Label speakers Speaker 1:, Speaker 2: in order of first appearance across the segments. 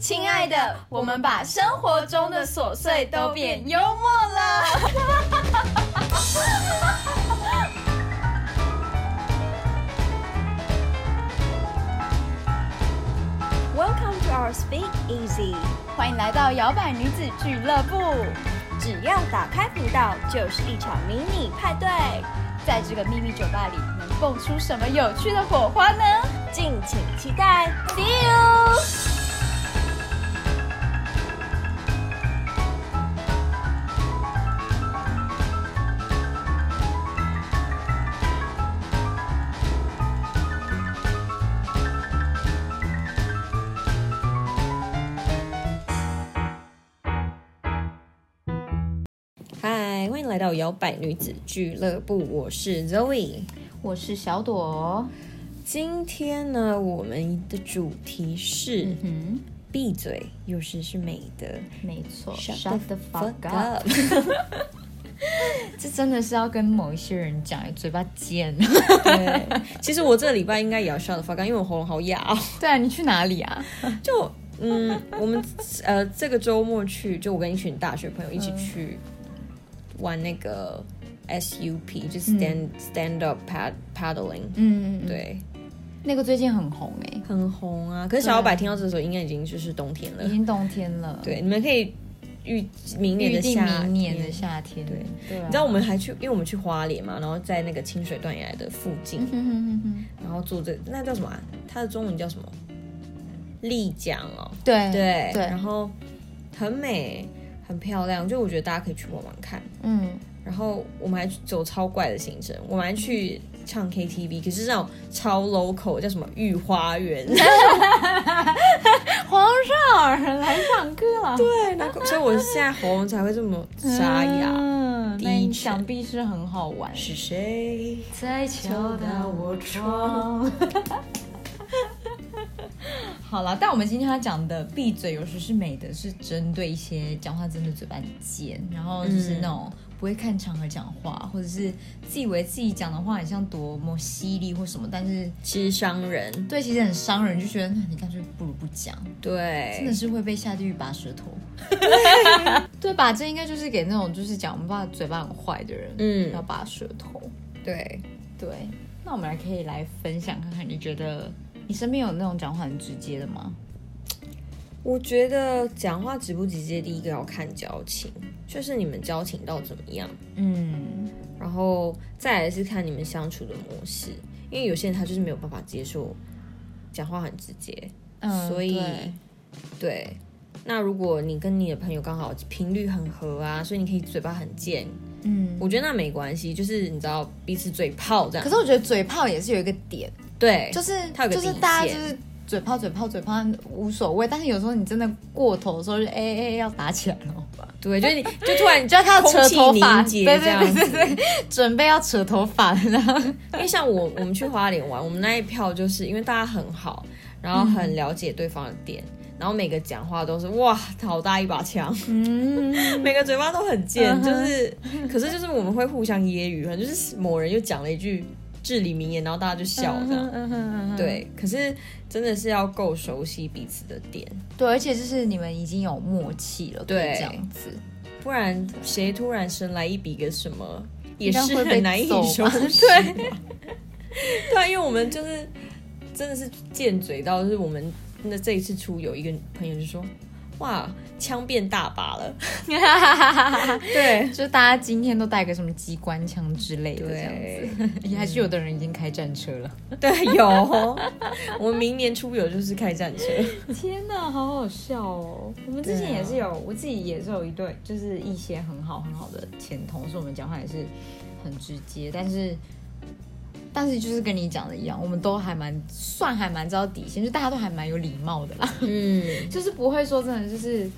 Speaker 1: 亲爱的，我们把生活中的琐碎都变幽默了。
Speaker 2: Welcome to our Speak Easy，
Speaker 1: 欢迎来到摇摆女子俱乐部。
Speaker 2: 只要打开频道，就是一场迷你派对，
Speaker 1: 在这个秘密酒吧里，能蹦出什么有趣的火花呢
Speaker 2: 敬请期待。
Speaker 1: ？See you。
Speaker 2: 嗨，欢迎来到摇摆女子俱乐部，我是 Zoe。
Speaker 1: 我是小朵。
Speaker 2: 今天呢，我们的主题是、
Speaker 1: 嗯
Speaker 2: 闭嘴，有时是美德。
Speaker 1: 哼，没错
Speaker 2: up！
Speaker 1: 这真的是要跟某一些人讲，嘴巴尖。
Speaker 2: 对，其实我这个礼拜应该也要 shut the fuck up，因为我喉咙好哑哦。
Speaker 1: 对啊，你去哪里啊？
Speaker 2: 就嗯，我们呃这个周末去，就我跟一群大学朋友一起去玩那个 SUP，就 stand、stand up pad paddling，
Speaker 1: 嗯，
Speaker 2: 对，
Speaker 1: 那个最近很红哎、
Speaker 2: 很红啊。可是小老板听到这的时候，应该已经就是冬天了
Speaker 1: 已。经冬天了，，
Speaker 2: 对，你们可以预明年
Speaker 1: 预
Speaker 2: 的
Speaker 1: 定
Speaker 2: 夏天
Speaker 1: 明年的夏天，
Speaker 2: 对
Speaker 1: 对、啊，
Speaker 2: 你知道我们还去，因为我们去花莲嘛，然后在那个清水断崖的附近，
Speaker 1: 哼哼哼哼
Speaker 2: 然后坐这那叫什么、啊？它的中文叫什么？丽江哦，
Speaker 1: 对
Speaker 2: 对
Speaker 1: 对，
Speaker 2: 然后很美，很漂亮，就我觉得大家可以去玩玩看。
Speaker 1: 嗯，
Speaker 2: 然后我们还去走超怪的行程，我们还去唱 KTV，可是那种超 local 叫什么御花 园，
Speaker 1: 皇上来唱歌了，
Speaker 2: 对，然后所以我现在喉咙才会这么沙哑。
Speaker 1: 嗯
Speaker 2: 低
Speaker 1: 那你
Speaker 2: 沉
Speaker 1: 想必是很好玩。
Speaker 2: 是谁？
Speaker 1: 再敲打我窗。好了，但我们今天要讲的闭嘴有时是美的，是针对一些讲话真的嘴巴很尖，然后就是那种不会看场合讲话，或者是自以为自己讲的话很像多么犀利或什么，但是
Speaker 2: 吃商人，
Speaker 1: 对其实很伤人，就觉得你干脆不如不讲，真的
Speaker 2: 对，
Speaker 1: 是会被下地狱拔舌头。对吧？这应该就是给那种就是讲我们爸嘴巴很坏的人，
Speaker 2: 嗯
Speaker 1: 要拔舌头。
Speaker 2: 对，
Speaker 1: 对，那我们来可以来分享看看，你觉得你身边有那种讲话很直接的吗？
Speaker 2: 我觉得讲话直不直接，第一个要看交情，就是你们交情到怎么样，
Speaker 1: 嗯，
Speaker 2: 然后再来是看你们相处的模式，因为有些人他就是没有办法接受讲话很直接，所以
Speaker 1: 嗯对
Speaker 2: 对。那如果你跟你的朋友刚好频率很合啊，所以你可以嘴巴很贱，
Speaker 1: 嗯，
Speaker 2: 我觉得那没关系，就是你知道彼此嘴炮这样
Speaker 1: 可。是我觉得嘴炮也是有一个点，
Speaker 2: 对，
Speaker 1: 就是
Speaker 2: 它有个
Speaker 1: 就是
Speaker 2: 底
Speaker 1: 大家就
Speaker 2: 线
Speaker 1: 是嘴炮嘴炮嘴炮无所谓，但是有时候你真的过头的时候，就哎哎哎要打起来了。
Speaker 2: 对，就是你就突然
Speaker 1: 就要看到扯头发，
Speaker 2: 空气
Speaker 1: 对对
Speaker 2: 凝结这样
Speaker 1: 对
Speaker 2: 子。
Speaker 1: 对对，准备要扯头发的那样。
Speaker 2: 因为像我我们去花莲玩，我们那一票就是因为大家很好，然后很了解对方的点，然后每个讲话都是哇，好大一把枪，
Speaker 1: 嗯，
Speaker 2: 每个嘴巴都很贱
Speaker 1: 嗯哼
Speaker 2: 就是，可是就是我们会互相揶揄，可能就是某人又讲了一句至理名言，然后大家就笑这样。
Speaker 1: 嗯哼嗯哼
Speaker 2: 对，可是真的是要够熟悉彼此的点，
Speaker 1: 对，而且就是你们已经有默契了，可以
Speaker 2: 对
Speaker 1: 这样子。
Speaker 2: 不然谁突然生来一笔个什么，也
Speaker 1: 应该
Speaker 2: 是
Speaker 1: 会被
Speaker 2: 很难以
Speaker 1: 揍
Speaker 2: 收
Speaker 1: 吧”
Speaker 2: 拾。对，对，啊因为我们就是真的是贱嘴到，就是我们那这一次出游，一个朋友就说：“哇，枪变大把了。对
Speaker 1: 就大家今天都带个什么机关枪之类的这样
Speaker 2: 对
Speaker 1: 子，也 还是有的人已经开战车了。
Speaker 2: 对，有。哦我们明年出游就是开战车。
Speaker 1: 天哪，好好笑哦！我们之前
Speaker 2: 对啊
Speaker 1: 也是有，我自己也是有一对，就是一些很好很好的前同事，我们讲话也是很直接，但是。但是就是跟你讲的一样，我们都还蛮算还蛮知道底线，就大家都还蛮有礼貌的啦，
Speaker 2: 嗯，
Speaker 1: 就是不会说真的就是，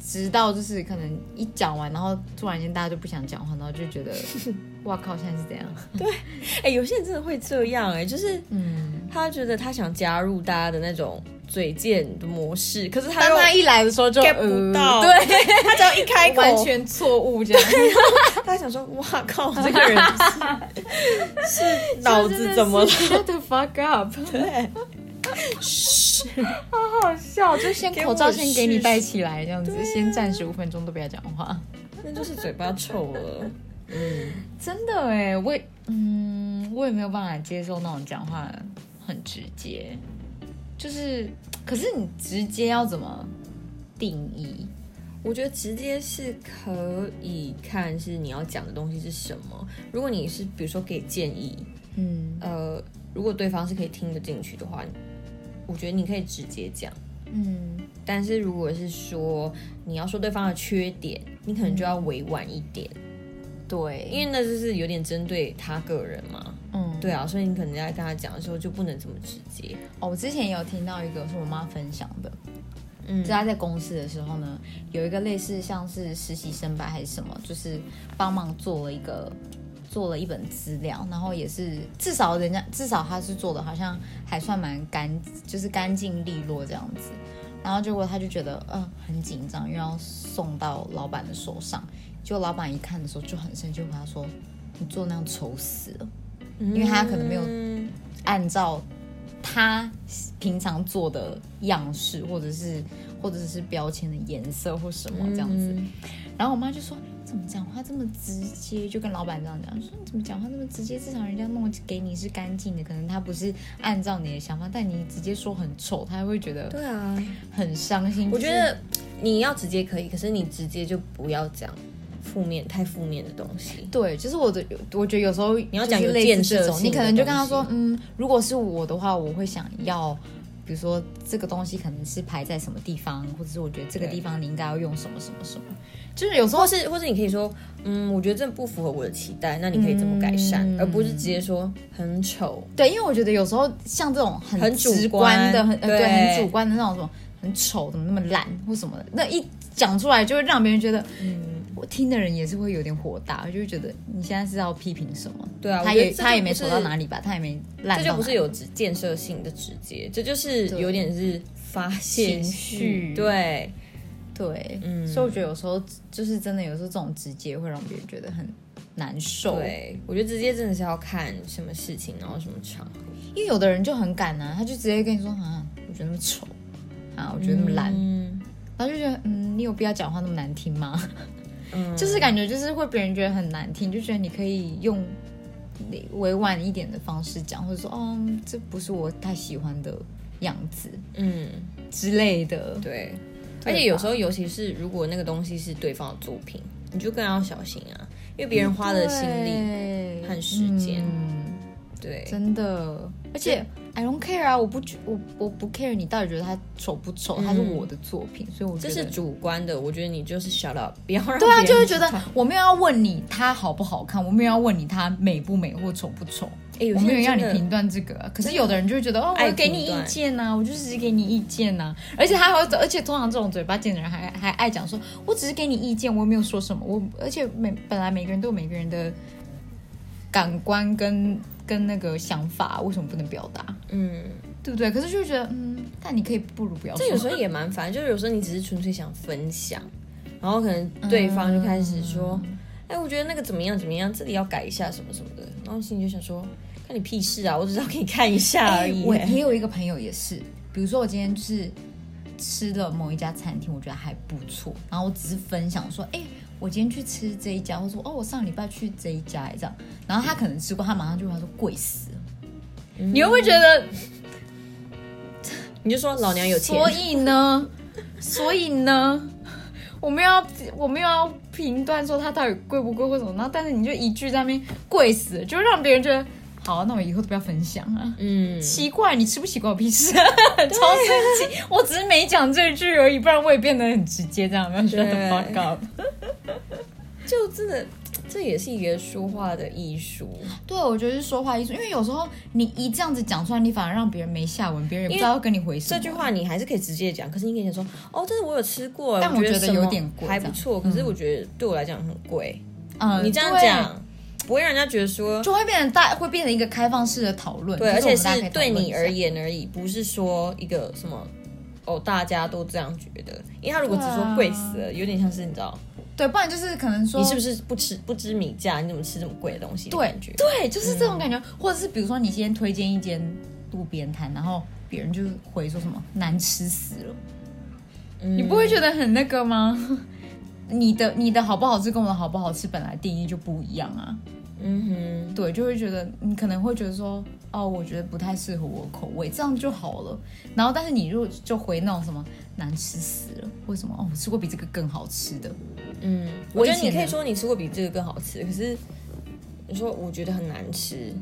Speaker 1: 直到就是可能一讲完，然后突然间大家就不想讲话，然后就觉得， 哇靠，现在是怎样？
Speaker 2: 哎、有些人真的会这样、哎，就是
Speaker 1: 嗯，
Speaker 2: 他觉得他想加入大家的那种嘴贱的模式，可是他
Speaker 1: 当
Speaker 2: 又
Speaker 1: 他一来的时候就
Speaker 2: get 不到，
Speaker 1: 呃对，
Speaker 2: 他只要一开口，
Speaker 1: 完全错误这 样，
Speaker 2: 他想说：“哇靠，这个人是是脑子怎么 了
Speaker 1: 真的是？”？Shut the fuck up！
Speaker 2: 对，嘘，
Speaker 1: 好好好笑，就先
Speaker 2: 给
Speaker 1: 口罩
Speaker 2: 我
Speaker 1: 先给你
Speaker 2: 试
Speaker 1: 戴
Speaker 2: 试
Speaker 1: 起来，这样子，先暂时五分钟都不要讲话。
Speaker 2: 那就是嘴巴臭了。
Speaker 1: 真的哎，我也嗯，我也没有办法接受那种讲话很直接，就是，可是你直接要怎么定义？
Speaker 2: 我觉得直接是可以看是你要讲的东西是什么。如果你是比如说给建议，
Speaker 1: 嗯
Speaker 2: 呃，如果对方是可以听得进去的话，我觉得你可以直接讲。
Speaker 1: 嗯
Speaker 2: 但是如果是说你要说对方的缺点，你可能就要委婉一点，
Speaker 1: 对，
Speaker 2: 因为那就是有点针对他个人嘛。
Speaker 1: 嗯
Speaker 2: 对啊，所以你可能在跟他讲的时候就不能这么直接。
Speaker 1: 哦，我之前也有听到一个是我妈分享的，
Speaker 2: 嗯
Speaker 1: 就她在公司的时候呢，有一个类似像是实习生吧还是什么，就是帮忙做了一个做了一本资料，然后也是至少人家至少她是做的好像还算蛮干，就是干净利落这样子。然后结果她就觉得嗯、呃很紧张，因为要送到老板的手上。结果老板一看的时候就很生气，就跟她说：“你做那样丑死了。”
Speaker 2: 因
Speaker 1: 为他可能没有
Speaker 2: 嗯
Speaker 1: 按照他平常做的样式，或者是或者是标签的颜色或什么这样子。
Speaker 2: 嗯
Speaker 1: 然后我妈就说：“怎么讲话这么直接？”就跟老板这样讲，说：“你怎么讲话这么直接？至少人家弄给你是干净的，可能他不是按照你的想法，但你直接说很丑，他会觉得
Speaker 2: 对啊，
Speaker 1: 很伤心。”
Speaker 2: 我觉得你要直接可以，可是你直接就不要讲负面太负面的东西。
Speaker 1: 对，就是我的，我觉得有时候
Speaker 2: 你要
Speaker 1: 就是
Speaker 2: 讲有
Speaker 1: 类似
Speaker 2: 建设
Speaker 1: 这种
Speaker 2: 性
Speaker 1: 你
Speaker 2: 的
Speaker 1: 可能就跟
Speaker 2: 东
Speaker 1: 他说
Speaker 2: 西，
Speaker 1: 嗯，如果是我的话，我会想要，比如说这个东西可能是排在什么地方，或者是我觉得这个
Speaker 2: 对
Speaker 1: 地方你应该要用什么什么什么，就是有时候
Speaker 2: 或是或是你可以说，嗯，我觉得这不符合我的期待，那你可以怎么改善，
Speaker 1: 嗯
Speaker 2: 而不是直接说很丑。
Speaker 1: 对，因为我觉得有时候像这种很
Speaker 2: 很主
Speaker 1: 直观的、
Speaker 2: 观
Speaker 1: 很呃对
Speaker 2: 对
Speaker 1: 很主观的那种什么很丑，怎么那么烂或什么的，那一讲出来就会让别人觉得，
Speaker 2: 嗯
Speaker 1: 我听的人也是会有点火大，就会觉得你现在是要批评什么？
Speaker 2: 对啊，
Speaker 1: 他
Speaker 2: 我觉得
Speaker 1: 也
Speaker 2: 这就
Speaker 1: 他也
Speaker 2: 不
Speaker 1: 没
Speaker 2: 是
Speaker 1: 丑到哪里吧，他也没烂
Speaker 2: 这
Speaker 1: 到
Speaker 2: 就不
Speaker 1: 哪
Speaker 2: 是
Speaker 1: 里
Speaker 2: 有直建设性的直接，这就是
Speaker 1: 对
Speaker 2: 有点是发泄
Speaker 1: 情绪
Speaker 2: 对，
Speaker 1: 对，
Speaker 2: 嗯
Speaker 1: 所以我觉得有时候就是真的，有时候这种直接会让别人觉得很难受。，
Speaker 2: 对，我觉得直接真的是要看什么事情，然后什么场合。
Speaker 1: 因为有的人就很敢啊，他就直接跟你说啊，我觉得那么丑啊，我觉得那么烂，
Speaker 2: 嗯
Speaker 1: 然后就觉得嗯，你有必要讲话那么难听吗？
Speaker 2: 嗯，
Speaker 1: 就是感觉就是会别人觉得很难听，就觉得你可以用委婉一点的方式讲，或者说哦，这不是我太喜欢的样子
Speaker 2: 嗯，
Speaker 1: 之类的。
Speaker 2: 对。而
Speaker 1: 对
Speaker 2: 且有
Speaker 1: 吧
Speaker 2: 时候，尤其是如果那个东西是对方的作品，你就更要小心啊，因为别人花的心力。
Speaker 1: 力
Speaker 2: 和时间
Speaker 1: 嗯
Speaker 2: 对，
Speaker 1: 真的，而且 I don't care 啊，我不觉我我不 care 你到底觉得它丑不丑，它是我的作品，所以我觉
Speaker 2: 这
Speaker 1: 得
Speaker 2: 嗯是主观的，我觉得你就是 shut up，不要让
Speaker 1: 对啊，
Speaker 2: 别人
Speaker 1: 就会觉得
Speaker 2: 知道
Speaker 1: 我没有要问你它好不好看，我没有要问你它美不美或丑不丑，
Speaker 2: 哎，有
Speaker 1: 我
Speaker 2: 些
Speaker 1: 没有
Speaker 2: 人
Speaker 1: 要你
Speaker 2: 真的
Speaker 1: 评断这个啊、可是有的人就会觉得哦，我
Speaker 2: 爱
Speaker 1: 要给
Speaker 2: 评
Speaker 1: 你意
Speaker 2: 断
Speaker 1: 见呐、啊，我就只是给你意见呐、啊，而且他还会，而且通常这种嘴巴贱的人还还爱讲说，我只是给你意见，我也没有说什么，我而且每本来每个人都有每个人的感官跟跟那个想法，为什么不能表达？
Speaker 2: 嗯，
Speaker 1: 对不对？可是就会觉得，嗯，但你可以不如不哦要说。
Speaker 2: 这有时候也蛮烦，就是有时候你只是纯粹想分享，然后可能对方就开始说，
Speaker 1: 嗯
Speaker 2: 哎、我觉得那个怎么样怎么样，这里要改一下什么什么的，然后心里就想说，看你屁事啊，我只是要给你看一下而
Speaker 1: 哎
Speaker 2: 已、
Speaker 1: 我也有一个朋友也是，比如说我今天就是吃了某一家餐厅，我觉得还不错，然后我只是分享说，哎，我今天去吃这一家，或者说哦，我上礼拜去这一家，哎这样，然后他可能吃过，他马上就会说贵死了。你会不会觉得？
Speaker 2: 你就说老娘有钱，
Speaker 1: 所以呢， 所以呢，我们要我们要评断说它到底贵不贵或什么，然后但是你就一句在那边贵死了，就让别人觉得好、那我以后都不要分享啊。
Speaker 2: 嗯，
Speaker 1: 奇怪，你吃不习惯我屁 事，超生气！我只是没讲这句而已，不然我也变得很直接，这样没有觉得
Speaker 2: 对
Speaker 1: fuck up。
Speaker 2: 就真的，这也是一个说话的艺术，
Speaker 1: 对，我觉得是说话艺术，因为有时候你一这样子讲出来，你反而让别人没下文，别人也不知道要跟你回什
Speaker 2: 这
Speaker 1: 么。
Speaker 2: 句话你还是可以直接讲，可是你可以讲说，哦，这是我有吃过，
Speaker 1: 但我
Speaker 2: 觉
Speaker 1: 觉得
Speaker 2: 什么
Speaker 1: 有点贵
Speaker 2: 还不错，可是我觉得对我来讲很贵，
Speaker 1: 嗯
Speaker 2: 你这样
Speaker 1: 对
Speaker 2: 讲不会让人家觉得说。
Speaker 1: 就会变成大，会变成一个开放式的讨论。
Speaker 2: 对，而
Speaker 1: 就
Speaker 2: 且
Speaker 1: 我们大家可
Speaker 2: 是
Speaker 1: 以讨
Speaker 2: 对
Speaker 1: 论
Speaker 2: 你
Speaker 1: 一下
Speaker 2: 而，言而已，不是说一个什么哦，大家都这样觉得。因为他如果只
Speaker 1: 对
Speaker 2: 说
Speaker 1: 啊
Speaker 2: 贵死了，有点像是你知道，
Speaker 1: 对，不然就是可能说
Speaker 2: 你是不是不吃不知米价，你怎么吃这么贵的东西？
Speaker 1: 对
Speaker 2: 感觉嗯
Speaker 1: 对，就是这种感觉，或者是比如说你今天推荐一间路边摊，然后别人就回说什么难吃死了，
Speaker 2: 嗯
Speaker 1: 你不会觉得很那个吗？ 你的你的好不好吃跟我的好不好吃本来定义就不一样啊，
Speaker 2: 嗯
Speaker 1: 对，就会觉得你可能会觉得说，哦，我觉得不太适合我的口味，这样就好了。然后，但是你如果就回那种什么难吃死了，为什么？哦，我吃过比这个更好吃的，
Speaker 2: 哼，嗯，
Speaker 1: 我
Speaker 2: 我
Speaker 1: 以
Speaker 2: 觉得你
Speaker 1: 前
Speaker 2: 可以
Speaker 1: 呢
Speaker 2: 说你吃过比这个更好吃，可是你说我觉得很难吃。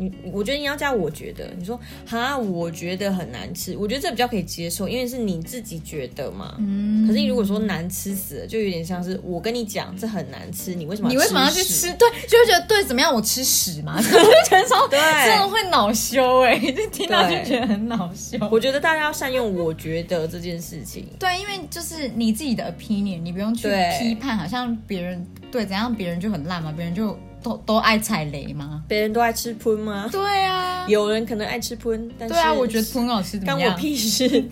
Speaker 2: 你我觉得你要加，我觉得你说哈，我觉得很难吃，我觉得这比较可以接受，因为是你自己觉得嘛。
Speaker 1: 嗯
Speaker 2: 可是你如果说难吃死了，就有点像是我跟你讲这很难吃，你为什么
Speaker 1: 你为什么要去
Speaker 2: 屎
Speaker 1: 吃？对，就会觉得对，怎么样？我吃屎 嘛，就会觉得说
Speaker 2: 对
Speaker 1: 真的会恼羞哎、 就听到就
Speaker 2: 对
Speaker 1: 觉得很恼羞。
Speaker 2: 我觉得大家要善用“我觉得”这件事情。
Speaker 1: 对，因为就是你自己的 opinion，你不用去
Speaker 2: 对
Speaker 1: 批判，好像别人对怎样，别人就很烂嘛，别人就都都爱踩雷嘛。
Speaker 2: 别人都爱吃喷吗？
Speaker 1: 对啊，
Speaker 2: 有人可能爱吃喷，但是
Speaker 1: 对啊，我觉得很好吃，怎
Speaker 2: 干
Speaker 1: 么
Speaker 2: 我
Speaker 1: 样？
Speaker 2: 屁 事。对呀、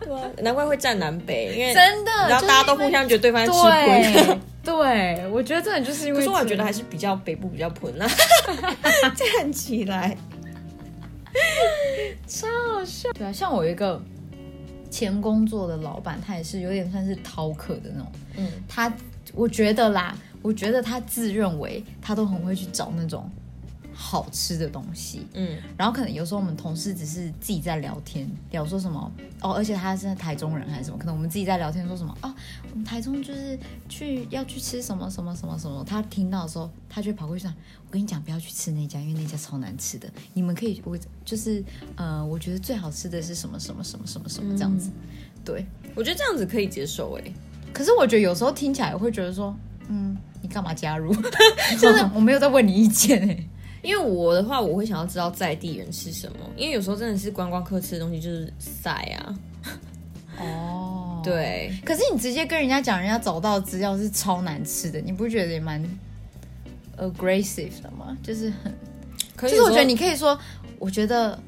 Speaker 2: 对啊，难怪会站南北，因为
Speaker 1: 真的，
Speaker 2: 然
Speaker 1: 就是
Speaker 2: 后大家都互相觉得对方在吃
Speaker 1: 因为
Speaker 2: 喷。
Speaker 1: 对，对，我觉得真的就是因为
Speaker 2: 可
Speaker 1: 这
Speaker 2: 是
Speaker 1: 样，
Speaker 2: 我觉得还是比较北部比较喷 啦、站起来，
Speaker 1: 超好笑。对啊，像我有一个前工作的老板，他也是有点算是逃课的那种。
Speaker 2: 嗯，
Speaker 1: 他我觉得啦，我觉得他自认为他都很会去找那种好吃的东西。
Speaker 2: 嗯
Speaker 1: 然后可能有时候我们同事只是自己在聊天，聊说什么哦，而且他是台中人还是什么，可能我们自己在聊天说什么哦，我们台中就是去要去吃什么什么什么什么，他听到的时候，他就会跑过去说，我跟你讲不要去吃那家，因为那家超难吃的，你们可以我就是呃，我觉得最好吃的是什么什么什么什么什么这样子，对。
Speaker 2: 我觉得这样子可以接受哎、
Speaker 1: 可是我觉得有时候听起来会觉得说，嗯，你干嘛加 入？就是我没有在问你意见哎、
Speaker 2: 因为我的话，我会想要知道在地人吃什么，因为有时候真的是观光客吃的东西就是晒啊，
Speaker 1: 哦，。
Speaker 2: 对，
Speaker 1: 可是你直接跟人家讲，人家找到的资料是超难吃的，你不觉得也蛮 aggressive 的吗？就是很，
Speaker 2: 可
Speaker 1: 就是
Speaker 2: 有时候
Speaker 1: 我觉得你可以说，我觉得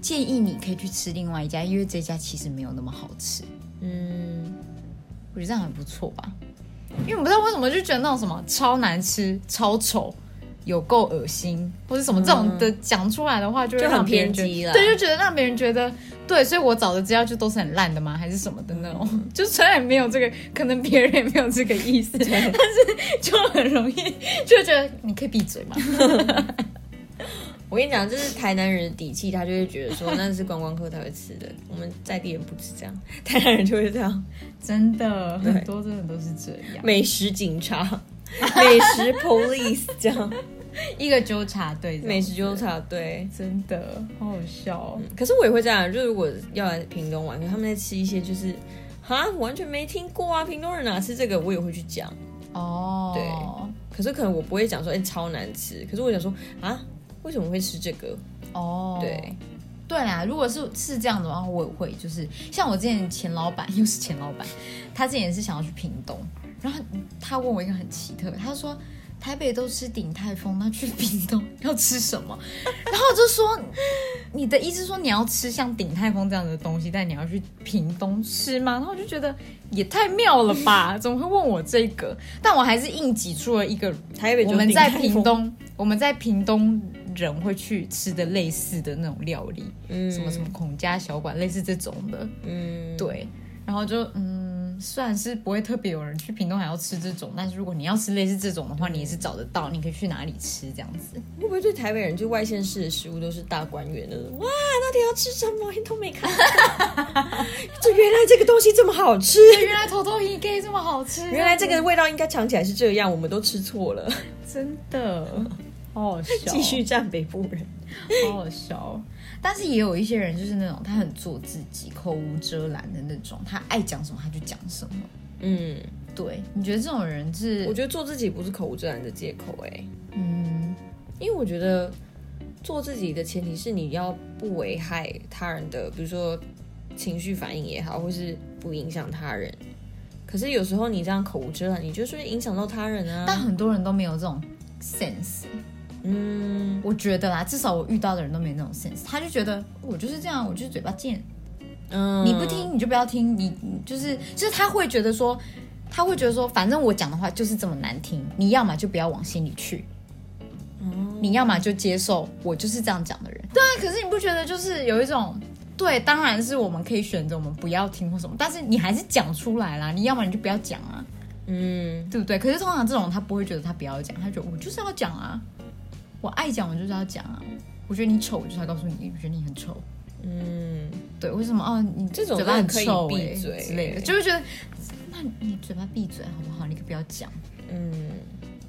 Speaker 1: 建议你可以去吃另外一家，因为这家其实没有那么好吃。
Speaker 2: 嗯。
Speaker 1: 我觉得这样很不错吧，因为我不知道为什么就觉得那种什么超难吃、超丑、有够恶心，或者什么这种的讲出来的话，就会
Speaker 2: 嗯就很
Speaker 1: 让别人觉得
Speaker 2: 偏激啦
Speaker 1: 对，就觉得让别人觉得对，所以我找的资料就都是很烂的吗？还是什么的那种？
Speaker 2: 嗯
Speaker 1: 就虽然没有这个，可能别人也没有这个意思，但是就很容易就觉得你可以闭嘴 嘛。
Speaker 2: 我跟你讲，这是台南人的底气，他就会觉得 说那是观光客才会吃的，我们在地人不吃这样，台南人就会这样。
Speaker 1: 真的，
Speaker 2: 对
Speaker 1: 很多真的都是这样，
Speaker 2: 美食警察、 美食 police 这样，
Speaker 1: 一个纠察队这样，
Speaker 2: 美食纠察队。
Speaker 1: 真的好好笑、哦。
Speaker 2: 可是我也会这样，就是如果要来屏东玩，可是他们在吃一些就是啊完全没听过啊，屏东人哪吃这个，我也会去讲。
Speaker 1: 哦，
Speaker 2: 嗯对可是可能我不会讲说哎、超难吃，可是我想说啊为什么会吃这个？
Speaker 1: 哦，
Speaker 2: 对，
Speaker 1: 对啊，如果是是这样的话，我也会就是像我之前前老板，又是前老板，他之前也是想要去屏东，然后他他问我一个很奇特，他说台北都吃鼎泰丰，那去屏东要吃什么？ 然后我就说你的意思是说你要吃像鼎泰丰这样的东西，但你要去屏东吃吗？然后我就觉得也太妙了吧，怎么会问我这个？但我还是硬挤出了一个
Speaker 2: 台北就
Speaker 1: 我们在
Speaker 2: 顶
Speaker 1: 屏
Speaker 2: 泰丰，
Speaker 1: 东，我们在屏东人会去吃的类似的那种料理，
Speaker 2: 嗯
Speaker 1: 什么什么孔家小馆，类似这种的，
Speaker 2: 嗯，
Speaker 1: 对。然后就嗯，虽然是不会特别有人去屏东还要吃这种，但是如果你要吃类似这种的
Speaker 2: 嗯
Speaker 1: 话，你也是找得到，你可以去哪里吃这样子。
Speaker 2: 会不会对台北人就外县市的食物都是大观园那种？哇，到底要吃什么？你都没看到， 这原来这个东西这么好吃，
Speaker 1: 原来头头鱼 K 这么好吃，
Speaker 2: 原来这个味道应该尝起来是这样，我们都吃错了。
Speaker 1: 真的好好笑，
Speaker 2: 继续站北部人，
Speaker 1: 好好笑哦。但是也有一些人就是那种他很做自己、口无遮拦的那种，他爱讲什么他就讲什么。
Speaker 2: 嗯，
Speaker 1: 对，你觉得这种人是？
Speaker 2: 我觉得做自己不是口无遮拦的借口哎、欸
Speaker 1: 嗯，
Speaker 2: 因为我觉得做自己的前提是你要不危害他人的，比如说情绪反应也好，或是不影响他人。可是有时候你这样口无遮拦，你就是会影响到他人
Speaker 1: 但
Speaker 2: 啊。
Speaker 1: 很多人都没有这种 sense，
Speaker 2: 嗯，
Speaker 1: 我觉得啦，至少我遇到的人都没有那种 sense，他就觉得我就是这样，我就是嘴巴贱，
Speaker 2: 嗯，
Speaker 1: 你不听你就不要听，你你就是就是他会觉得说，他会觉得说，反正我讲的话就是这么难听，你要么就不要往心里去。
Speaker 2: 哦
Speaker 1: 你要么就接受我就是这样讲的人，对啊。可是你不觉得就是有一种对，当然是我们可以选择我们不要听或什么，但是你还是讲出来啦。你要不然你就不要讲啊，
Speaker 2: 嗯，
Speaker 1: 对不对？可是通常这种他不会觉得他不要讲，他觉得我就是要讲啊，我爱讲我就是要讲啊。我觉得你丑，我就是要告诉你，我觉得你很丑。
Speaker 2: 嗯，
Speaker 1: 对，为什么？哦，你
Speaker 2: 这种
Speaker 1: 嘴巴很
Speaker 2: 真的可以
Speaker 1: 臭、
Speaker 2: 闭
Speaker 1: 欸、
Speaker 2: 嘴
Speaker 1: 之类的，就会觉得，那你嘴巴闭嘴好不好？你可不要讲。
Speaker 2: 嗯，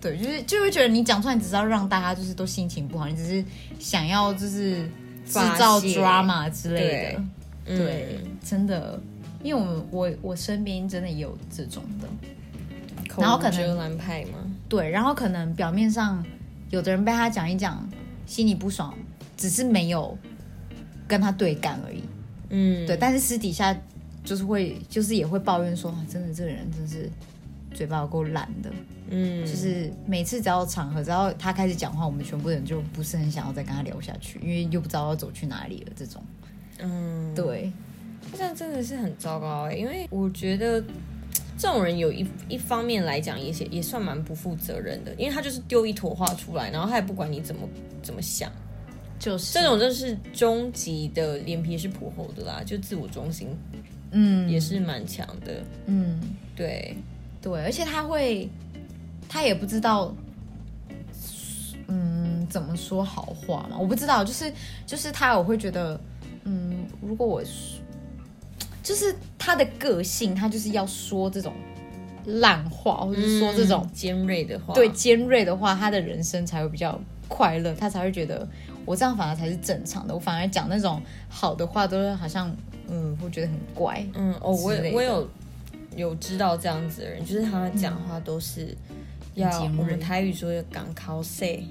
Speaker 1: 对，就是就会觉得你讲出来，你只是要让大家就是都心情不好，你只是想要就是制造
Speaker 2: 发泄
Speaker 1: drama 之类的。
Speaker 2: 嗯
Speaker 1: 对，，真的，因为我们我我身边真的也有这种的，
Speaker 2: 嗯口
Speaker 1: 然后
Speaker 2: 无
Speaker 1: 可能
Speaker 2: 遮拦派吗？
Speaker 1: 对，然后可能表面上有的人被他讲一讲，心里不爽，只是没有跟他对干而已，
Speaker 2: 嗯，
Speaker 1: 对，，但是私底下就是会就是也会抱怨说，啊、真的这个人真是嘴巴有够烂的，
Speaker 2: 嗯，
Speaker 1: 就是每次只要场合只要他开始讲话，我们全部人就不是很想要再跟他聊下去，因为又不知道要走去哪里了这种，
Speaker 2: 嗯，
Speaker 1: 对，
Speaker 2: 这样真的是很糟糕哎、因为我觉得这种人有一一方面来讲也是也算蛮不负责任的，因为他就是丢一坨话出来，然后他也不管你怎么怎么想，
Speaker 1: 就是
Speaker 2: 这种就是终极的脸皮是颇厚的啦，就自我中心
Speaker 1: 嗯
Speaker 2: 也是蛮强的，
Speaker 1: 嗯。
Speaker 2: 对，
Speaker 1: 对，而且他会，他也不知道，嗯，怎么说好话嘛？我不知道，就是就是他，我会觉得，嗯，如果我说就是他的个性，他就是要说这种烂话，或者是说这种、
Speaker 2: 嗯尖锐的话，
Speaker 1: 对尖锐的话，他的人生才会比较快乐，他才会觉得我这样反而才是正常的，我反而讲那种好的话都是好像，嗯，会觉得很怪，
Speaker 2: 嗯，哦，我
Speaker 1: 之类
Speaker 2: 有
Speaker 1: 的
Speaker 2: 我有有知道这样子的人，就是他讲话都是要、
Speaker 1: 嗯很尖锐
Speaker 2: 我们台语说要港靠 say，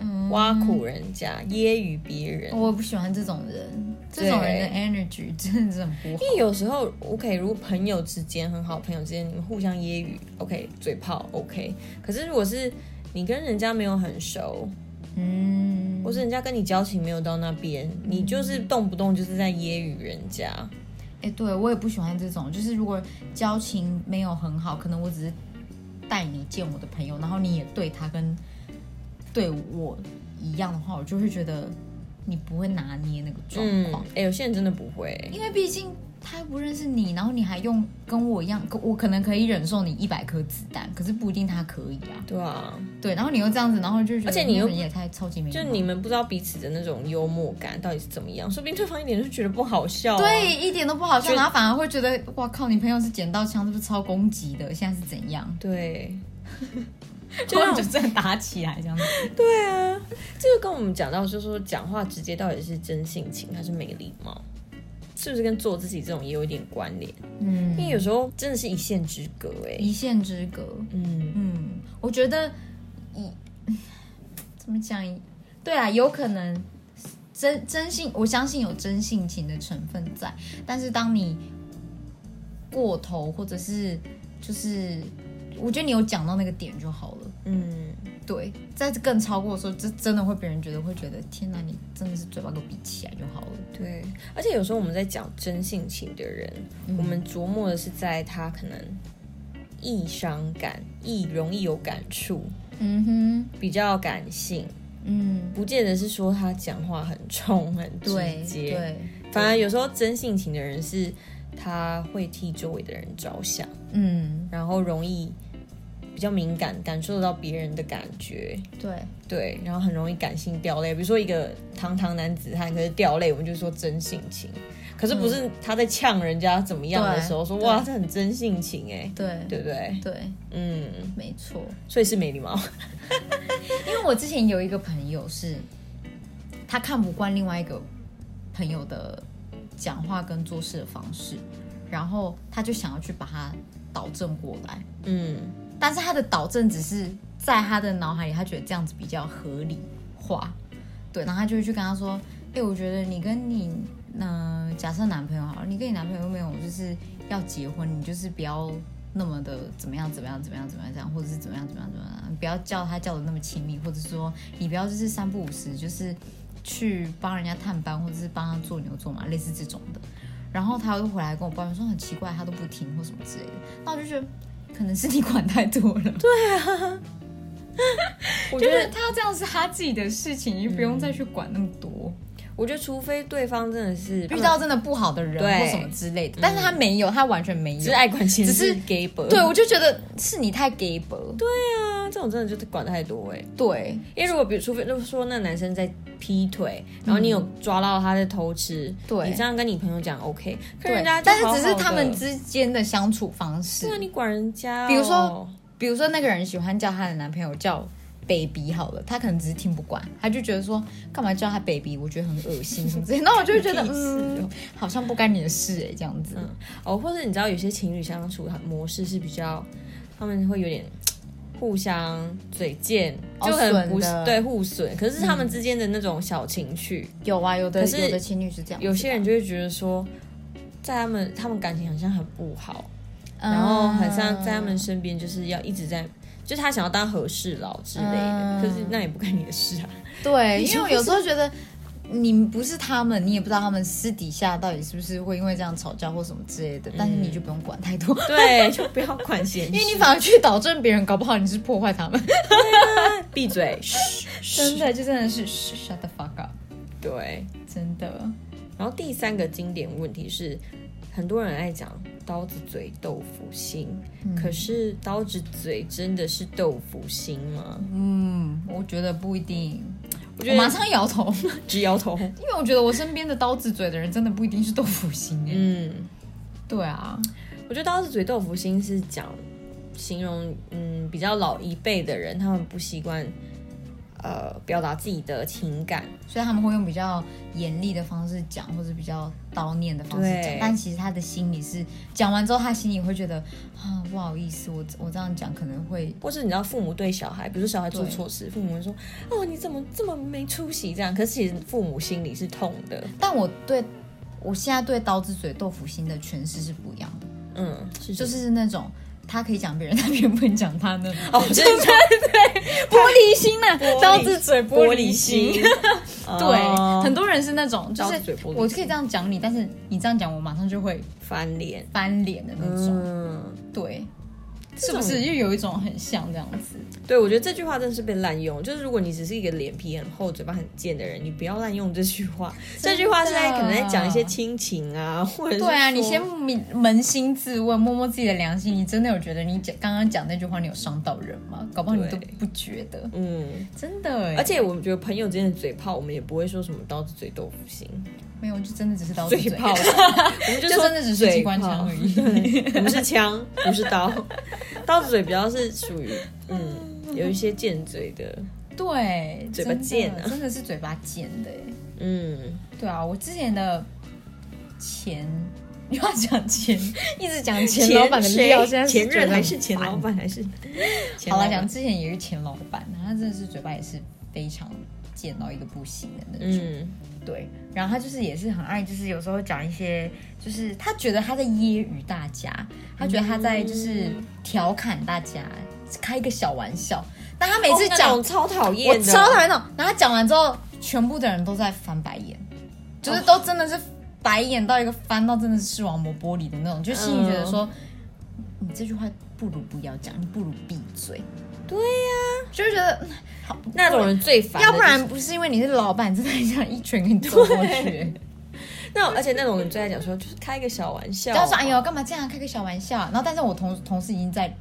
Speaker 1: 嗯
Speaker 2: 挖苦人家，揶揄别人。
Speaker 1: 我不喜欢这种人，这种人的 energy 真的是很不好。
Speaker 2: 因为有时候 OK，如果朋友之间很好的朋友之间，你们互相揶揄 OK，嘴炮 OK，可是如果是你跟人家没有很熟，
Speaker 1: 嗯，
Speaker 2: 或是人家跟你交情没有到那边，你就是动不动就是在揶揄人家，
Speaker 1: 哎、对我也不喜欢这种，就是如果交情没有很好，可能我只是带你见我的朋友，然后你也对他跟对我一样的话，我就会觉得你不会拿捏那个状
Speaker 2: 嗯，
Speaker 1: 况，
Speaker 2: 哎、有些人真的不会，
Speaker 1: 因为毕竟。他不认识你，然后你还用跟我一样，跟我可能可以忍受你一百颗子弹，可是不一定他可以啊。
Speaker 2: 对啊，
Speaker 1: 对，然后你又这样子，然后就觉得
Speaker 2: 而且你
Speaker 1: 那
Speaker 2: 又
Speaker 1: 个人也太超级没礼
Speaker 2: 就
Speaker 1: 貌
Speaker 2: 你们不知道彼此的那种幽默感到底是怎么样，说不定对方一点就觉得不好笑、啊，
Speaker 1: 对，，一点都不好笑，
Speaker 2: 觉
Speaker 1: 然后反而会觉得，哇靠，你朋友是捡到枪，是不是超攻击的？现在是怎样？
Speaker 2: 对，
Speaker 1: 就
Speaker 2: 就
Speaker 1: 就真的打起来这样子。
Speaker 2: 对啊，这就跟我们讲到，就是说讲话直接到底是真性情还是没礼貌，是不是跟做自己这种也有一点关联？因
Speaker 1: 嗯，
Speaker 2: 为有时候真的是一线之隔哎、
Speaker 1: 一线之隔。
Speaker 2: 嗯，
Speaker 1: 嗯，我觉得一 怎么讲？对啊，有可能真真性，我相信有真性情的成分在，但是当你过头，或者是就是，我觉得你有讲到那个点就好了。
Speaker 2: 嗯，
Speaker 1: 对，在更超过的时候，这真的会别人觉得会觉得，天哪，你真的是嘴巴给我闭起来就好了。
Speaker 2: 对。而且有时候我们在讲真性情的人，
Speaker 1: 嗯
Speaker 2: 我们琢磨的是在他可能易伤感、易容易有感触，
Speaker 1: 嗯哼，
Speaker 2: 比较感性，
Speaker 1: 嗯，
Speaker 2: 不见得是说他讲话很冲、很直
Speaker 1: 对
Speaker 2: 接。
Speaker 1: 对，
Speaker 2: 反而有时候真性情的人是他会替周围的人着想，
Speaker 1: 嗯
Speaker 2: 然后容易比较敏感，感受得到别人的感觉，
Speaker 1: 对，
Speaker 2: 对，然后很容易感性掉泪。比如说一个堂堂男子汉，可是掉泪，我们就说真性情。可是不是他在呛人家怎么样的时候说、
Speaker 1: 对
Speaker 2: 哇，
Speaker 1: 对
Speaker 2: 这很真性情哎，
Speaker 1: 对
Speaker 2: 对不对？
Speaker 1: 对，
Speaker 2: 嗯，
Speaker 1: 没错。
Speaker 2: 所以是没礼貌。
Speaker 1: 因为我之前有一个朋友是，他看不惯另外一个朋友的讲话跟做事的方式，然后他就想要去把他导正过来，
Speaker 2: 嗯
Speaker 1: 但是他的导正只是在他的脑海里，他觉得这样子比较合理化，对，然后他就会去跟他说，哎、我觉得你跟你，嗯、假设男朋友好了，你跟你男朋友没有就是要结婚，你就是不要那么的怎么样怎么样怎么样怎么样这样，或者是怎么样怎么样怎么样，不要叫他叫的那么亲密，或者说你不要就是三不五时就是去帮人家探班，或者是帮他做牛做马，类似这种的。然后他又回来跟我抱怨说很奇怪，他都不听或什么之类的，那我就觉得可能是你管太多了。
Speaker 2: 我
Speaker 1: 嗯就是他要这样是他自己的事情，你就不用再去管那么多。
Speaker 2: 我我觉得除非对方真的是
Speaker 1: 遇到真的不好的人
Speaker 2: 对嗯
Speaker 1: 或什么之类的，但是他没有，他完全没有。
Speaker 2: 只是爱管钱，
Speaker 1: 只是
Speaker 2: gay 本。
Speaker 1: 对，我就觉得是你太 gay 薄。对
Speaker 2: 啊，这种真的就是管太多哎、
Speaker 1: 对，
Speaker 2: 因为如果比如除非就是说那男生在劈腿，然后你有抓到他在偷吃，
Speaker 1: 对
Speaker 2: 你这样跟你朋友讲 OK，可是
Speaker 1: 对
Speaker 2: 人家就
Speaker 1: 但是
Speaker 2: 好好
Speaker 1: 只是他们
Speaker 2: 的
Speaker 1: 之间的相处方式
Speaker 2: 对。啊，你管人家哦、
Speaker 1: 比如说比如说那个人喜欢叫她的男朋友叫 baby 好了，她可能只是听不惯，她就觉得说干嘛叫他 baby，我觉得很恶 心什么之类的。那我就会觉得
Speaker 2: 屁事哦
Speaker 1: 嗯，好像不干你的事哎、这样子。
Speaker 2: 哦，或者你知道有些情侣相处模式是比较，他们会有点互相嘴贱，
Speaker 1: 哦
Speaker 2: 就很
Speaker 1: 损
Speaker 2: 不是、
Speaker 1: 的嗯
Speaker 2: 对互损，可是他们之间的那种小情趣，
Speaker 1: 有啊，有的
Speaker 2: 可是
Speaker 1: 有的情侣是这样子啊的，
Speaker 2: 有些人就会觉得说，在他们他们感情好像很不好，
Speaker 1: 嗯
Speaker 2: 然后好像在他们身边就是要一直在。就是他想要当和事佬之类的，
Speaker 1: 嗯
Speaker 2: 可是那也不干你的事 啊。
Speaker 1: 对，
Speaker 2: 你是
Speaker 1: 因为
Speaker 2: 不
Speaker 1: 我有时候觉得你不是他们，你也不知道他们私底下到底是不是会因为这样吵架或什么之类的，但是你就不用管太多，
Speaker 2: 对，就不要管闲事，
Speaker 1: 因为你反而去导正别人，搞不好你是破坏他们。
Speaker 2: 闭嘴。嘘嘘
Speaker 1: 真的，就真的是 shut the fuck up，
Speaker 2: 对，
Speaker 1: 真的。
Speaker 2: 然后第三个经典问题是，很多人爱讲刀子嘴豆腐心，
Speaker 1: 嗯
Speaker 2: 可是刀子嘴真的是豆腐心吗？
Speaker 1: 嗯，我觉得不一定。
Speaker 2: 我
Speaker 1: 我
Speaker 2: 觉得
Speaker 1: 马上摇头，
Speaker 2: 直摇头。
Speaker 1: 因为我觉得我身边的刀子嘴的人真的不一定是豆腐心耶。
Speaker 2: 嗯，
Speaker 1: 对啊，
Speaker 2: 我觉得刀子嘴豆腐心是讲形容嗯比较老一辈的人，他们不习惯呃表达自己的情感，
Speaker 1: 所以他们会用比较严厉的方式讲，或者比较叨念的方式讲
Speaker 2: 对，
Speaker 1: 但其实他的心里是讲完之后，他心里会觉得啊不好意思，我我这样讲可能会
Speaker 2: 或是你知道父母对小孩，比如说小孩做
Speaker 1: 对
Speaker 2: 错事，父母会说哦你怎么这么没出息这样，可是其实父母心里是痛的。
Speaker 1: 但我对我现在对刀子嘴豆腐心的诠释是不一样的，
Speaker 2: 嗯，是
Speaker 1: 就
Speaker 2: 就是
Speaker 1: 是那种他可以讲别人，但别人不能讲他呢。
Speaker 2: 哦，就是
Speaker 1: 玻璃心呐、
Speaker 2: 璃。
Speaker 1: 刀子嘴玻璃心。哦对，很
Speaker 2: 多
Speaker 1: 多人是那种，就
Speaker 2: 哦刀子
Speaker 1: 是
Speaker 2: 嘴玻璃心
Speaker 1: 我可以这样讲你，但是你这样讲我马上就会
Speaker 2: 翻脸。
Speaker 1: 翻脸的那种。
Speaker 2: 嗯，
Speaker 1: 对，
Speaker 2: 这
Speaker 1: 是
Speaker 2: 种
Speaker 1: 不是又有一种很像这样子？
Speaker 2: 对，我觉得这句话真的是被滥用。就是如果你只是一个脸皮很厚、嘴巴很贱的人，你不要滥用这句话。这句话是在可能在讲一些亲情啊， 或者是
Speaker 1: 对啊，
Speaker 2: 说
Speaker 1: 你先扪扪心自问，摸摸自己的良心，你真的有觉得你讲刚刚讲那句话你有伤到人吗？搞不好你都
Speaker 2: 对
Speaker 1: 不觉得，
Speaker 2: 嗯，
Speaker 1: 真的耶。
Speaker 2: 而且我觉得朋友之间的嘴炮，我们也不会说什么刀子嘴豆腐心，
Speaker 1: 没有，就真的只是刀子
Speaker 2: 嘴
Speaker 1: 嘴
Speaker 2: 炮，我们就
Speaker 1: 就
Speaker 2: 说
Speaker 1: 真的只是机关枪而已。
Speaker 2: 嘴炮。我们是枪， 不是 刀。刀子嘴比较是属于嗯，有一些贱嘴的，
Speaker 1: 对，
Speaker 2: 嘴巴
Speaker 1: 真的
Speaker 2: 贱啊
Speaker 1: 真的是嘴巴贱的耶。
Speaker 2: 嗯。
Speaker 1: 对啊，我之前的钱。又要讲钱，一直讲钱
Speaker 2: 前
Speaker 1: 老板的
Speaker 2: 谁
Speaker 1: 料，现在
Speaker 2: 前
Speaker 1: 觉
Speaker 2: 任
Speaker 1: 得
Speaker 2: 还
Speaker 1: 很
Speaker 2: 是前老
Speaker 1: 烦
Speaker 2: 板还是？前
Speaker 1: 好
Speaker 2: 老
Speaker 1: 了，
Speaker 2: 板
Speaker 1: 讲之前也是前老板，他真的是嘴巴也是非常贱到一个不行的那种。
Speaker 2: 嗯，
Speaker 1: 对，然后他就是也是很爱，就是有时候讲一些，就是他觉得他在揶揄大家，他觉得他在就是
Speaker 2: 嗯
Speaker 1: 调侃大家，开一个小玩笑。但他每次
Speaker 2: 哦那
Speaker 1: 讲，
Speaker 2: 种超讨
Speaker 1: 我
Speaker 2: 厌的，哦
Speaker 1: 超讨厌那种。然后他讲完之后，全部的人都在翻白眼，
Speaker 2: 哦
Speaker 1: 就是都真的是白眼到一个翻到真的是视网膜玻璃的那种，就心里觉得
Speaker 2: 嗯
Speaker 1: 说，你这句话不如不要讲，你不如闭 嘴。
Speaker 2: 对呀、
Speaker 1: 就是觉得，嗯好
Speaker 2: 那种人最烦的
Speaker 1: 要
Speaker 2: 就是，
Speaker 1: 不然不是因为你是老板，真的很想一拳给 你揍过去。
Speaker 2: 那种而且那种人最爱讲说，就是开一个小玩笑，啊
Speaker 1: 就要说哎呦，干嘛这样开个小玩笑啊、然后，但是我同同事已经在，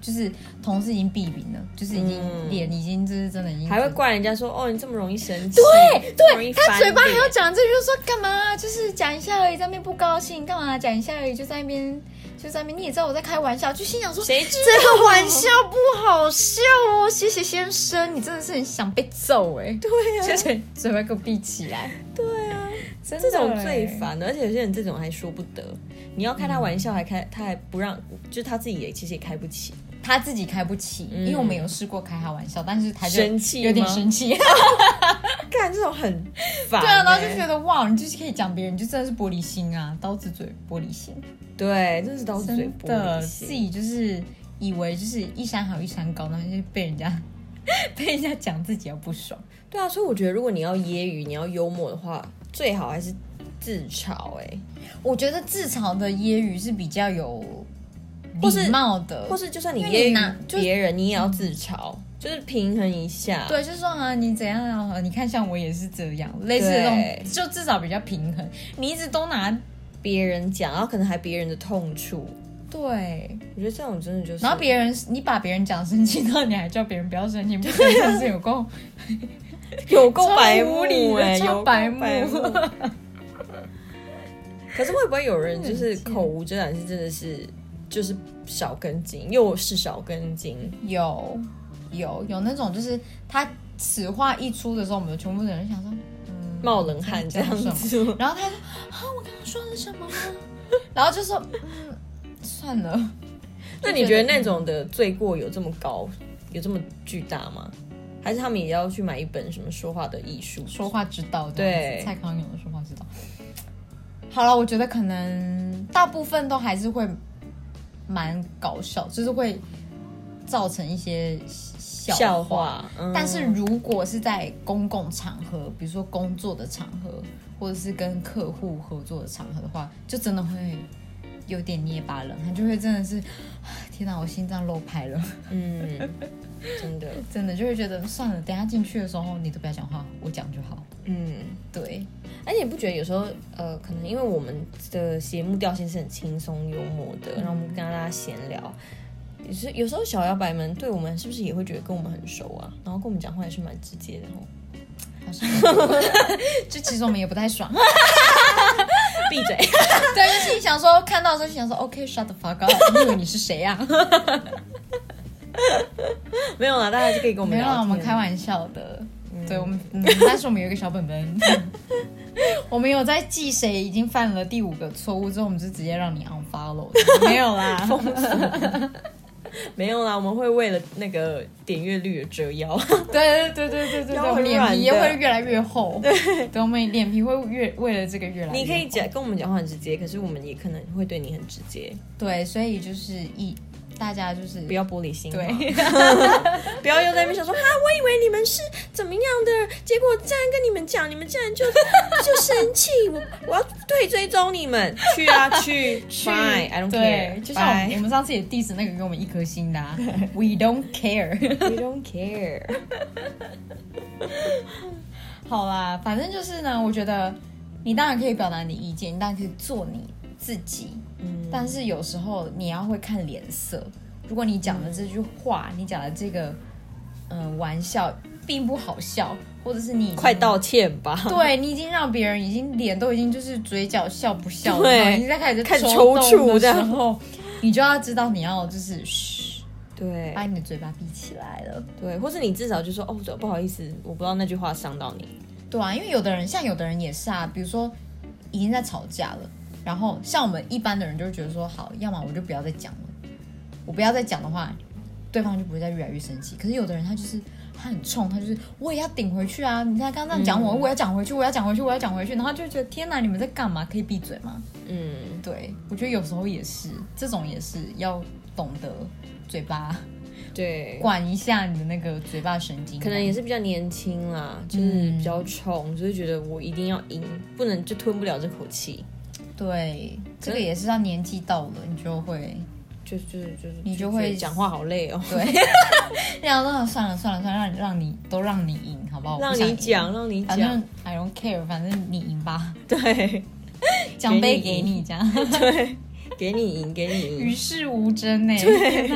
Speaker 1: 就是同事已经避屏了，就是已经、
Speaker 2: 嗯
Speaker 1: 脸已经就是真的已经
Speaker 2: 还会怪人家说哦，你这么容易生气，
Speaker 1: 对
Speaker 2: 这么容易
Speaker 1: 对，
Speaker 2: 翻
Speaker 1: 他
Speaker 2: 脸
Speaker 1: 嘴巴还要讲这句，就说干嘛？就是讲一下而已，在那边不高兴，干嘛讲一下而已，就在那边就在那边，你也知道我在开玩笑，就心想说
Speaker 2: 谁知道
Speaker 1: 这个玩笑不好笑哦，谢谢先生，你真的是很想被揍哎、
Speaker 2: 对
Speaker 1: 谢
Speaker 2: 啊，
Speaker 1: 谢，嘴巴给我闭起来，
Speaker 2: 对啊，
Speaker 1: 真的
Speaker 2: 这种最
Speaker 1: 哎。
Speaker 2: 烦的，而且有些人这种还说不得，你要开他玩笑还开，他还不让，就是他自己也其实也开不起，
Speaker 1: 他自己开不起，因为我们有试过开他玩笑，但是他就
Speaker 2: 嗯生气
Speaker 1: 有点
Speaker 2: 吗
Speaker 1: 生气。
Speaker 2: 干这种很烦欸，
Speaker 1: 对啊，然后就觉得哇，你就是可以讲别人，你就真的是玻璃心啊，刀子嘴玻璃心，
Speaker 2: 对，真是刀子嘴
Speaker 1: 真
Speaker 2: 玻
Speaker 1: 的
Speaker 2: 璃
Speaker 1: 自
Speaker 2: 心，
Speaker 1: 己就是以为就是一山还有一山高，然后就被人家 被人家讲自己要不爽。
Speaker 2: 对啊，所以我觉得如果你要揶揄，你要幽默的话，最好还是自嘲、欸，
Speaker 1: 我觉得自嘲的揶揄是比较有
Speaker 2: 或是
Speaker 1: 礼貌的，
Speaker 2: 或是就算你
Speaker 1: 因为你
Speaker 2: 揶
Speaker 1: 拿
Speaker 2: 揄
Speaker 1: 就
Speaker 2: 别人，你也要自嘲，就是平衡一下。
Speaker 1: 对，就是说啊，你怎样啊？你看，像我也是这样，类似这
Speaker 2: 对
Speaker 1: 种，就至少比较平衡。你一直都拿
Speaker 2: 别人讲，然后可能还别人的痛处，
Speaker 1: 对，
Speaker 2: 我觉得这种真的就是，
Speaker 1: 然后别人你把别人讲生气，那你还叫别人不要生气，不觉得这是有够
Speaker 2: 有够
Speaker 1: 超
Speaker 2: 白
Speaker 1: 无理
Speaker 2: 目
Speaker 1: 的
Speaker 2: 哎、有
Speaker 1: 超
Speaker 2: 够
Speaker 1: 白
Speaker 2: 白
Speaker 1: 目
Speaker 2: 可是会不会有人就是
Speaker 1: 很贱
Speaker 2: 口无遮拦，是真的是就是少根筋，又是少根筋？
Speaker 1: 有有有那种，就是他此话一出的时候，我们全部的人想说，嗯，
Speaker 2: 冒冷汗这样
Speaker 1: 讲什么
Speaker 2: 子，
Speaker 1: 然后他就啊，我刚刚说了什么吗？ 然后就说，嗯，算了。
Speaker 2: 那你觉得那种的罪过有这么高，有这么巨大吗？还是他们也要去买一本什么说话的艺术？
Speaker 1: 说话之道这样子，
Speaker 2: 对
Speaker 1: 蔡康永的说话之道。好了，我觉得可能大部分都还是会蛮搞笑，就是会造成一些笑话。
Speaker 2: 笑话，嗯
Speaker 1: 但是如果是在公共场合，比如说工作的场合，或者是跟客户合作的场合的话，就真的会有点捏巴冷汗，就会真的是，天哪，我心脏漏拍了，
Speaker 2: 嗯，真的，
Speaker 1: 真的就会觉得算了，等一下进去的时候你都不要讲话，我讲就好。
Speaker 2: 嗯。
Speaker 1: 对，
Speaker 2: 而且你不觉得有时候，呃，可能因为我们的节目调性是很轻松幽默的，然后我们跟大家闲聊，有时有时候小摇摆们对我们是不是也会觉得跟我们很熟啊？然后跟我们讲话也是蛮直接的哦。
Speaker 1: 好像 就其实我们也不太爽，
Speaker 2: 闭嘴！
Speaker 1: 对，就心里想说看到的时候就想说 OK shut the fuck up，你以为你是谁呀、啊？
Speaker 2: 没有啦，大家就可以跟我们
Speaker 1: 没有
Speaker 2: 聊
Speaker 1: 啦，
Speaker 2: 天
Speaker 1: 我们开玩笑的。对，我们嗯，但是我们有一个小本本，我们有在记谁已经犯了第五个错误之后，我们就直接让你 unfollow 的。没有啦，
Speaker 2: 没有啦，我们会为了那个点阅率而折腰。
Speaker 1: 对对对对对对对，
Speaker 2: 腰很
Speaker 1: 我们脸皮也
Speaker 2: 软的
Speaker 1: 会越来越厚。对，我们脸皮会越为了这个越来越厚。
Speaker 2: 你可以讲跟我们讲话很直接，可是我们也可能会对你很直接，
Speaker 1: 对，所以就是一大家就是
Speaker 2: 不要玻璃心嘛。
Speaker 1: 对。
Speaker 2: 不要又在那边想说啊，我以为你们是怎么样的，结果这样跟你们讲，你们竟然就 就生气，我我要退追踪你们，去啊去 去，I don't
Speaker 1: 对
Speaker 2: care，
Speaker 1: 就像我们
Speaker 2: bye
Speaker 1: 我们上次也 diss 那个给我们一颗星的、啊、，We don't care。
Speaker 2: We don't care，
Speaker 1: 好啦，反正就是呢，我觉得你当然可以表达你的意见，你当然可以做你自己，
Speaker 2: 嗯，
Speaker 1: 但是有时候你要会看脸色。如果你讲的这句话，你讲的这个嗯、呃玩笑并不好笑，或者是你已经
Speaker 2: 快道歉吧，
Speaker 1: 对你已经让别人已经脸都已经就是嘴角笑不笑，
Speaker 2: 对
Speaker 1: 然后你在开始
Speaker 2: 开始
Speaker 1: 抽
Speaker 2: 抽
Speaker 1: 动
Speaker 2: 搐
Speaker 1: 的
Speaker 2: 这
Speaker 1: 时
Speaker 2: 样
Speaker 1: 候，你就要知道你要就是嘘。
Speaker 2: 对
Speaker 1: 把你的嘴巴闭起来了。
Speaker 2: 对，或是你至少就说哦，不好意思，我不知道那句话伤到你，
Speaker 1: 对啊，因为有的人像有的人也是啊，比如说已经在吵架了，然后像我们一般的人就会觉得说，好，要么我就不要再讲了，我不要再讲的话，对方就不会再越来越生气。可是有的人他就是他很冲，他就是我也要顶回去啊！你看刚刚这样讲我，
Speaker 2: 嗯
Speaker 1: 我要讲回去，我要讲回去，我要讲回去，然后就觉得天哪，你们在干嘛？可以闭嘴吗？
Speaker 2: 嗯，
Speaker 1: 对，我觉得有时候也是，这种也是要懂得嘴巴
Speaker 2: 对。
Speaker 1: 管一下你的那个嘴巴神经，
Speaker 2: 可能也是比较年轻啦，
Speaker 1: 嗯
Speaker 2: 就是比较冲，就是觉得我一定要赢，不能就吞不了这口气，
Speaker 1: 对，这个
Speaker 2: 可
Speaker 1: 也是到年纪到了，你就会
Speaker 2: 就就是就是
Speaker 1: 你就
Speaker 2: 觉得
Speaker 1: 会
Speaker 2: 讲话好累哦。
Speaker 1: 对，然后算了算了算了，让你让你都让你赢，好不好？
Speaker 2: 让
Speaker 1: 我不
Speaker 2: 你
Speaker 1: 想
Speaker 2: 讲，
Speaker 1: 赢，
Speaker 2: 让你
Speaker 1: 反
Speaker 2: 讲
Speaker 1: 正，I don't care，反正你赢吧，
Speaker 2: 对，
Speaker 1: 奖杯给你这样，
Speaker 2: 给你赢，给你
Speaker 1: 与
Speaker 2: 赢。
Speaker 1: 世无争
Speaker 2: 欸
Speaker 1: 呢、对，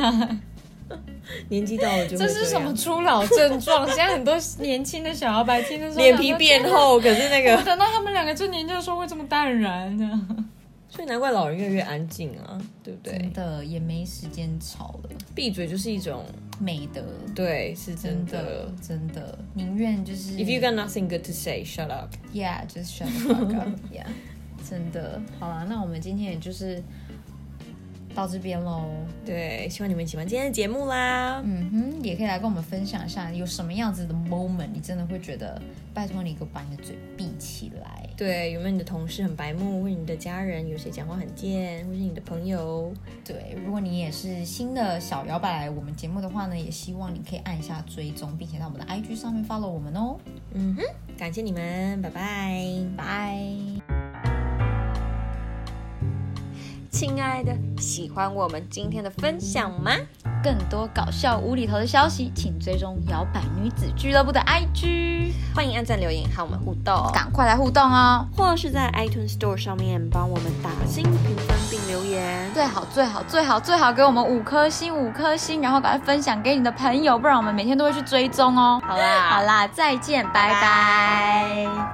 Speaker 2: 年纪到了就会
Speaker 1: 这是
Speaker 2: 样
Speaker 1: 什么？初老症状？现在很多年轻的小摇摆听的时候，
Speaker 2: 脸皮变厚，可是那
Speaker 1: 想说。
Speaker 2: 个，
Speaker 1: 等到他们两个这年纪的时候会这么淡然呢、
Speaker 2: 所以难怪老人越来越安静啊，对不对
Speaker 1: 真？的也没时间吵了，
Speaker 2: 闭嘴就是一种，
Speaker 1: 美德，
Speaker 2: 对，是
Speaker 1: 真
Speaker 2: 真的
Speaker 1: 的。真的，宁愿就是。
Speaker 2: If you got nothing good to say, shut up。
Speaker 1: Yeah, just shut the fuck up. Yeah，真的。好啦，那我们今天也就是到这边喽。
Speaker 2: 对，希望你们喜欢今天的节目啦。
Speaker 1: 嗯哼，也可以来跟我们分享一下，有什么样子的 moment 你真的会觉得，拜托你给我把你的嘴闭起来。
Speaker 2: 对，有没有你的同事很白目，或者你的家人有谁讲话很贱，或是你的朋友？
Speaker 1: 对，如果你也是新的小摇摆来我们节目的话呢，也希望你可以按一下追踪，并且到我们的 IG 上面 follow 我们哦。
Speaker 2: 嗯哼，感谢你们，拜拜。
Speaker 1: 拜。
Speaker 2: 亲爱的，喜欢我们今天的分享吗？
Speaker 1: 更多搞笑无厘头的消息，请追踪摇摆女子俱乐部的 IG，
Speaker 3: 欢迎按赞留言和我们互动，
Speaker 1: 赶快来互动哦！
Speaker 3: 或是在 iTunes Store 上面帮我们打新评分并留言。
Speaker 1: 最好最好最好最好给我们五颗星五颗星，然后赶快分享给你的朋友，不然我们每天都会去追踪哦。
Speaker 3: 好啦，
Speaker 1: 好啦，再见，拜拜。